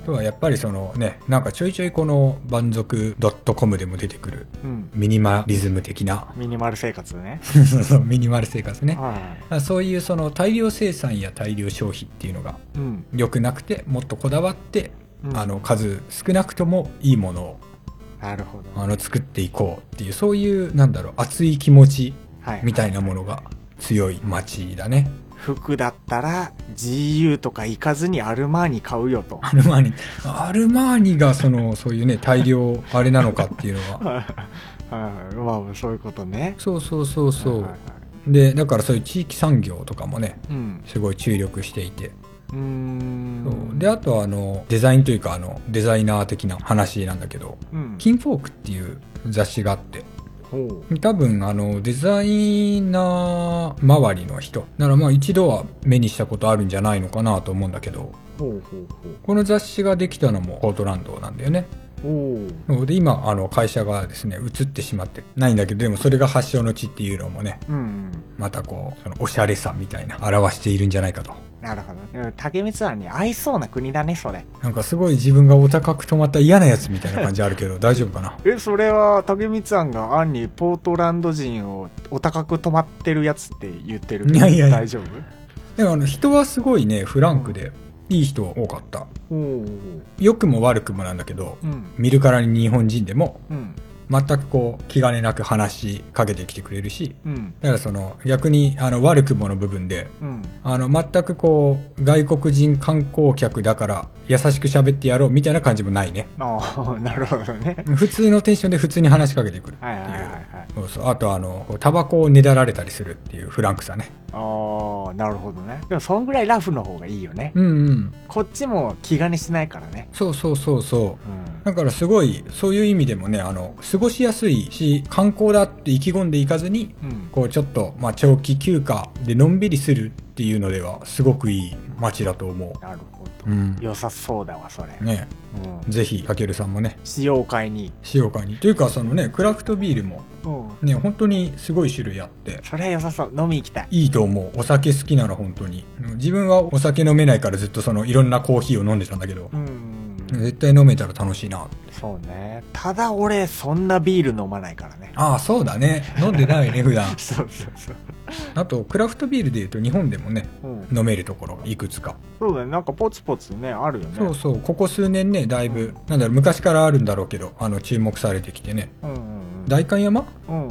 S1: とはやっぱりそのね、なんかちょいちょいこの万族 .com でも出てくる
S2: うん。
S1: ミニマリズム的な、
S2: ミニマル生活ね。
S1: そうそうミニマル生活ね。
S2: は
S1: そういうその大量生産や大量消費っていうのが
S2: い。うん。
S1: 良くなくて、もっとこだわって、
S2: うん
S1: あの数少なくともいいものを
S2: なるほど。
S1: あの作っていこうっていう、そういうなんだろう、熱い気持ち
S2: はい。
S1: みたいなものが強い街だね。
S2: 服だったら GU とか行かずにアルマーニ買うよと。
S1: アルマーニ。アルマーニがその、そういうね、大量あれなのかっていうのは。
S2: はいまあそういうことね。
S1: そうそうそうそ
S2: はいは
S1: う
S2: い。
S1: で、だからそういう地域産業とかもね、
S2: うん。
S1: すごい注力していて。
S2: うー。
S1: そうんで、あとはあの、デザインというかあの、デザイナー的な話なんだけど、
S2: うん、
S1: キンフォークっていう雑誌があって、
S2: ほ
S1: 多分あの、デザイナー周りの人ならまあ一度は目にしたことあるんじゃないのかなと思うんだけど、
S2: うほうほう
S1: この雑誌ができたのもポートランドなんだよね。
S2: ほう。ほう。
S1: そうで、今、あの、会社がですね、移ってしまってないんだけど、でもそれが発祥の地っていうのもね、
S2: うん。
S1: またこう、そのおしゃれさみたいな、表しているんじゃないかと。
S2: なるほど。うん竹光庵に合いそうな国だね、それ。
S1: なんかすごい自分がお高く止まった嫌なやつみたいな感じある けど、大丈夫かな
S2: え、それは竹光庵が案にポートランド人をお高く泊まってるやつって言ってる
S1: いやいやいや
S2: 大丈夫
S1: でもあの、人はすごいね、フランクで、いい人多かった。
S2: ほう。
S1: 良くも悪くもなんだけど、
S2: うん。
S1: 見るからに日本人でも、
S2: うん。
S1: 全くこう、気兼ねなく話しかけてきてくれるし、
S2: うん。
S1: だからその、逆に、あの、悪くもの部分で、
S2: うん。
S1: あの、全くこう、外国人観光客だから優しく喋ってやろうみたいな感じもないね。
S2: ああ、なるほどね。
S1: 普通のテンションで普通に話しかけてくる。
S2: はいはいはいはい。
S1: そうそう。あとあの、こうタバコをねだられたりするっていうフランクさね。
S2: ああ、なるほどね。でも、そんぐらいラフの方がいいよね。
S1: うんうん。
S2: こっちも気兼ねしないからね。
S1: そうそうそうそう。
S2: うん。
S1: だからすごい、そういう意味でもね、あの、過ごしやすいし、観光だって意気込んでいかずに、
S2: うん。
S1: こうちょっと、まあ、長期休暇でのんびりするっていうのでは、すごくいい街だと思
S2: なるほ
S1: う。
S2: ど。
S1: うん。
S2: 良さそうだわ、それ。
S1: ね
S2: うん。
S1: ぜひ、かけるさんもね、
S2: 使用会に。
S1: しようかに。というか、そのね、クラフトビールも
S2: うん。
S1: ね、本当にすごい種類あって、
S2: それは良さそう。飲み行きたい。
S1: いいと思う。お酒好きなら本当に。うん自分はお酒飲めないからずっとそのいろんなコーヒーを飲んでたんだけど
S2: う、ん。
S1: 絶対飲めたら楽しいな。
S2: そうね。ただ俺、そんなビール飲まないからね。
S1: ああ、そうだね。飲んでないね、普段。
S2: そうそうそう。
S1: あと、クラフトビールで言うと日本でもね、
S2: うん。
S1: 飲めるところがいくつか。
S2: そうだね。なんかポツポツね、あるよね。
S1: そうそう、ここ数年ね、だいぶ、なんだろう、昔からあるんだろうけど、あの、注目されてきてね。
S2: うんうんうん。
S1: 代官山
S2: うん。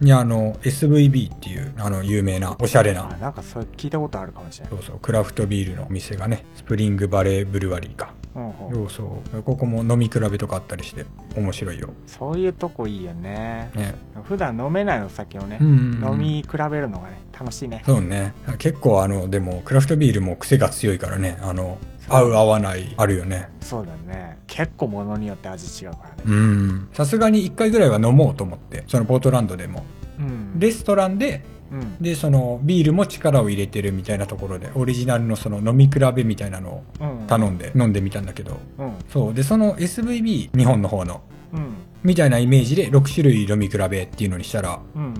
S1: にあの、SVB っていう、あの、有名な、おしゃれ
S2: あ、
S1: な、
S2: なんかそれ聞いたことあるかもしれない。
S1: そうそう、クラフトビールのお店がね、スプリングバレーブルワリーか。
S2: うんうん。
S1: そうそう、ここも飲み比べとかあったりして、面白いよ。
S2: そういうとこいいよね。
S1: ね。
S2: 普段飲めないお酒をね、
S1: ん
S2: 飲み比べるのがね、楽しいね。
S1: そうね。結構あの、でも、クラフトビールも癖が強いからね、あの、合う合わない、あるよね。
S2: そうだね。結構物によって味違うからね。
S1: うん。さすがに一回ぐらいは飲もうと思って、そのポートランドでも。
S2: うん
S1: レストランで、
S2: うん。
S1: で、その、ビールも力を入れてるみたいなところで、オリジナルのその飲み比べみたいなのを
S2: うん。
S1: 頼んで、飲んでみたんだけど、
S2: うん。
S1: そう。で、その SVB、日本の方の、
S2: うん。
S1: みたいなイメージで6種類飲み比べっていうのにしたら、
S2: うん。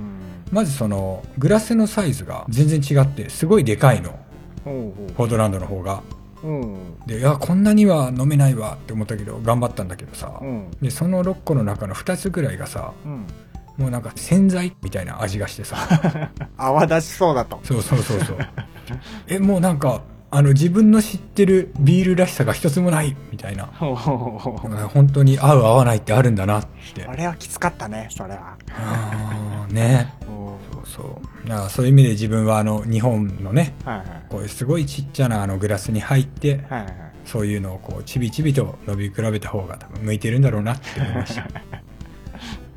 S1: まずその、グラスのサイズが全然違って、すごいでかいの、
S2: うん。
S1: ポートランドの方が。
S2: うん。
S1: で、いや、こんなには飲めないわって思ったけど、頑張ったんだけどさ、
S2: うん。
S1: で、その6個の中の2つぐらいがさ、
S2: うん。
S1: もうなんか洗剤みたいな味がしてさ、
S2: 泡立ちそうだと。
S1: そうそうそうそう。え、もうなんか、あの、自分の知ってるビールらしさが一つもないみたいな。
S2: ほうほうほうほう
S1: 本当に合う合わないってあるんだなって。
S2: あれはきつかったね、それは。
S1: あーね。
S2: うん
S1: そうそう。だからそういう意味で自分はあの、日本のね、
S2: はいはい。
S1: こういうすごいちっちゃなあのグラスに入って、
S2: はいはい。
S1: そういうのをこう、ちびちびと飲み比べた方が多分向いてるんだろうなって思いました。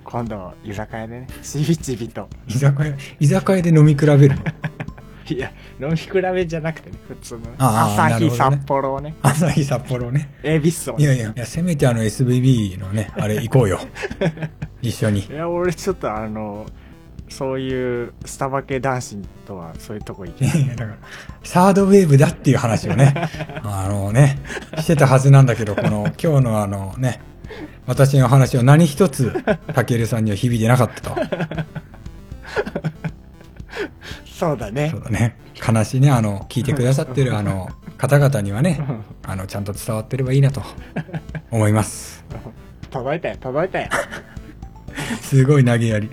S2: 今度、居酒屋でね、ちびちびと。
S1: 居酒屋、居酒屋で飲み比べる の
S2: いや、飲み比べじゃなくてね、普通のね。
S1: あー
S2: 朝日
S1: なるほどね
S2: 札幌をね、
S1: 朝日札幌ね。
S2: 恵比寿を
S1: い
S2: ね。
S1: やいや、いやせめてあの SVB のね、あれ行こうよ。一緒に
S2: い。や、俺ちょっとあの、そういうスタバ系男子とはそういうとこ
S1: い
S2: 行けな
S1: や
S2: い。
S1: いやだから、サードウェーブだっていう話をね、あのね、してたはずなんだけど、この、今日のあのね、私の話を何一つ、たけるさんには響いてなかったと。
S2: そうだね
S1: そう。だね。悲しいね、あの、聞いてくださってるあの、方々にはね、あの、ちゃんと伝わってればいいなと、思います。
S2: 届いたよ、届いたよ。
S1: すごい投げやり。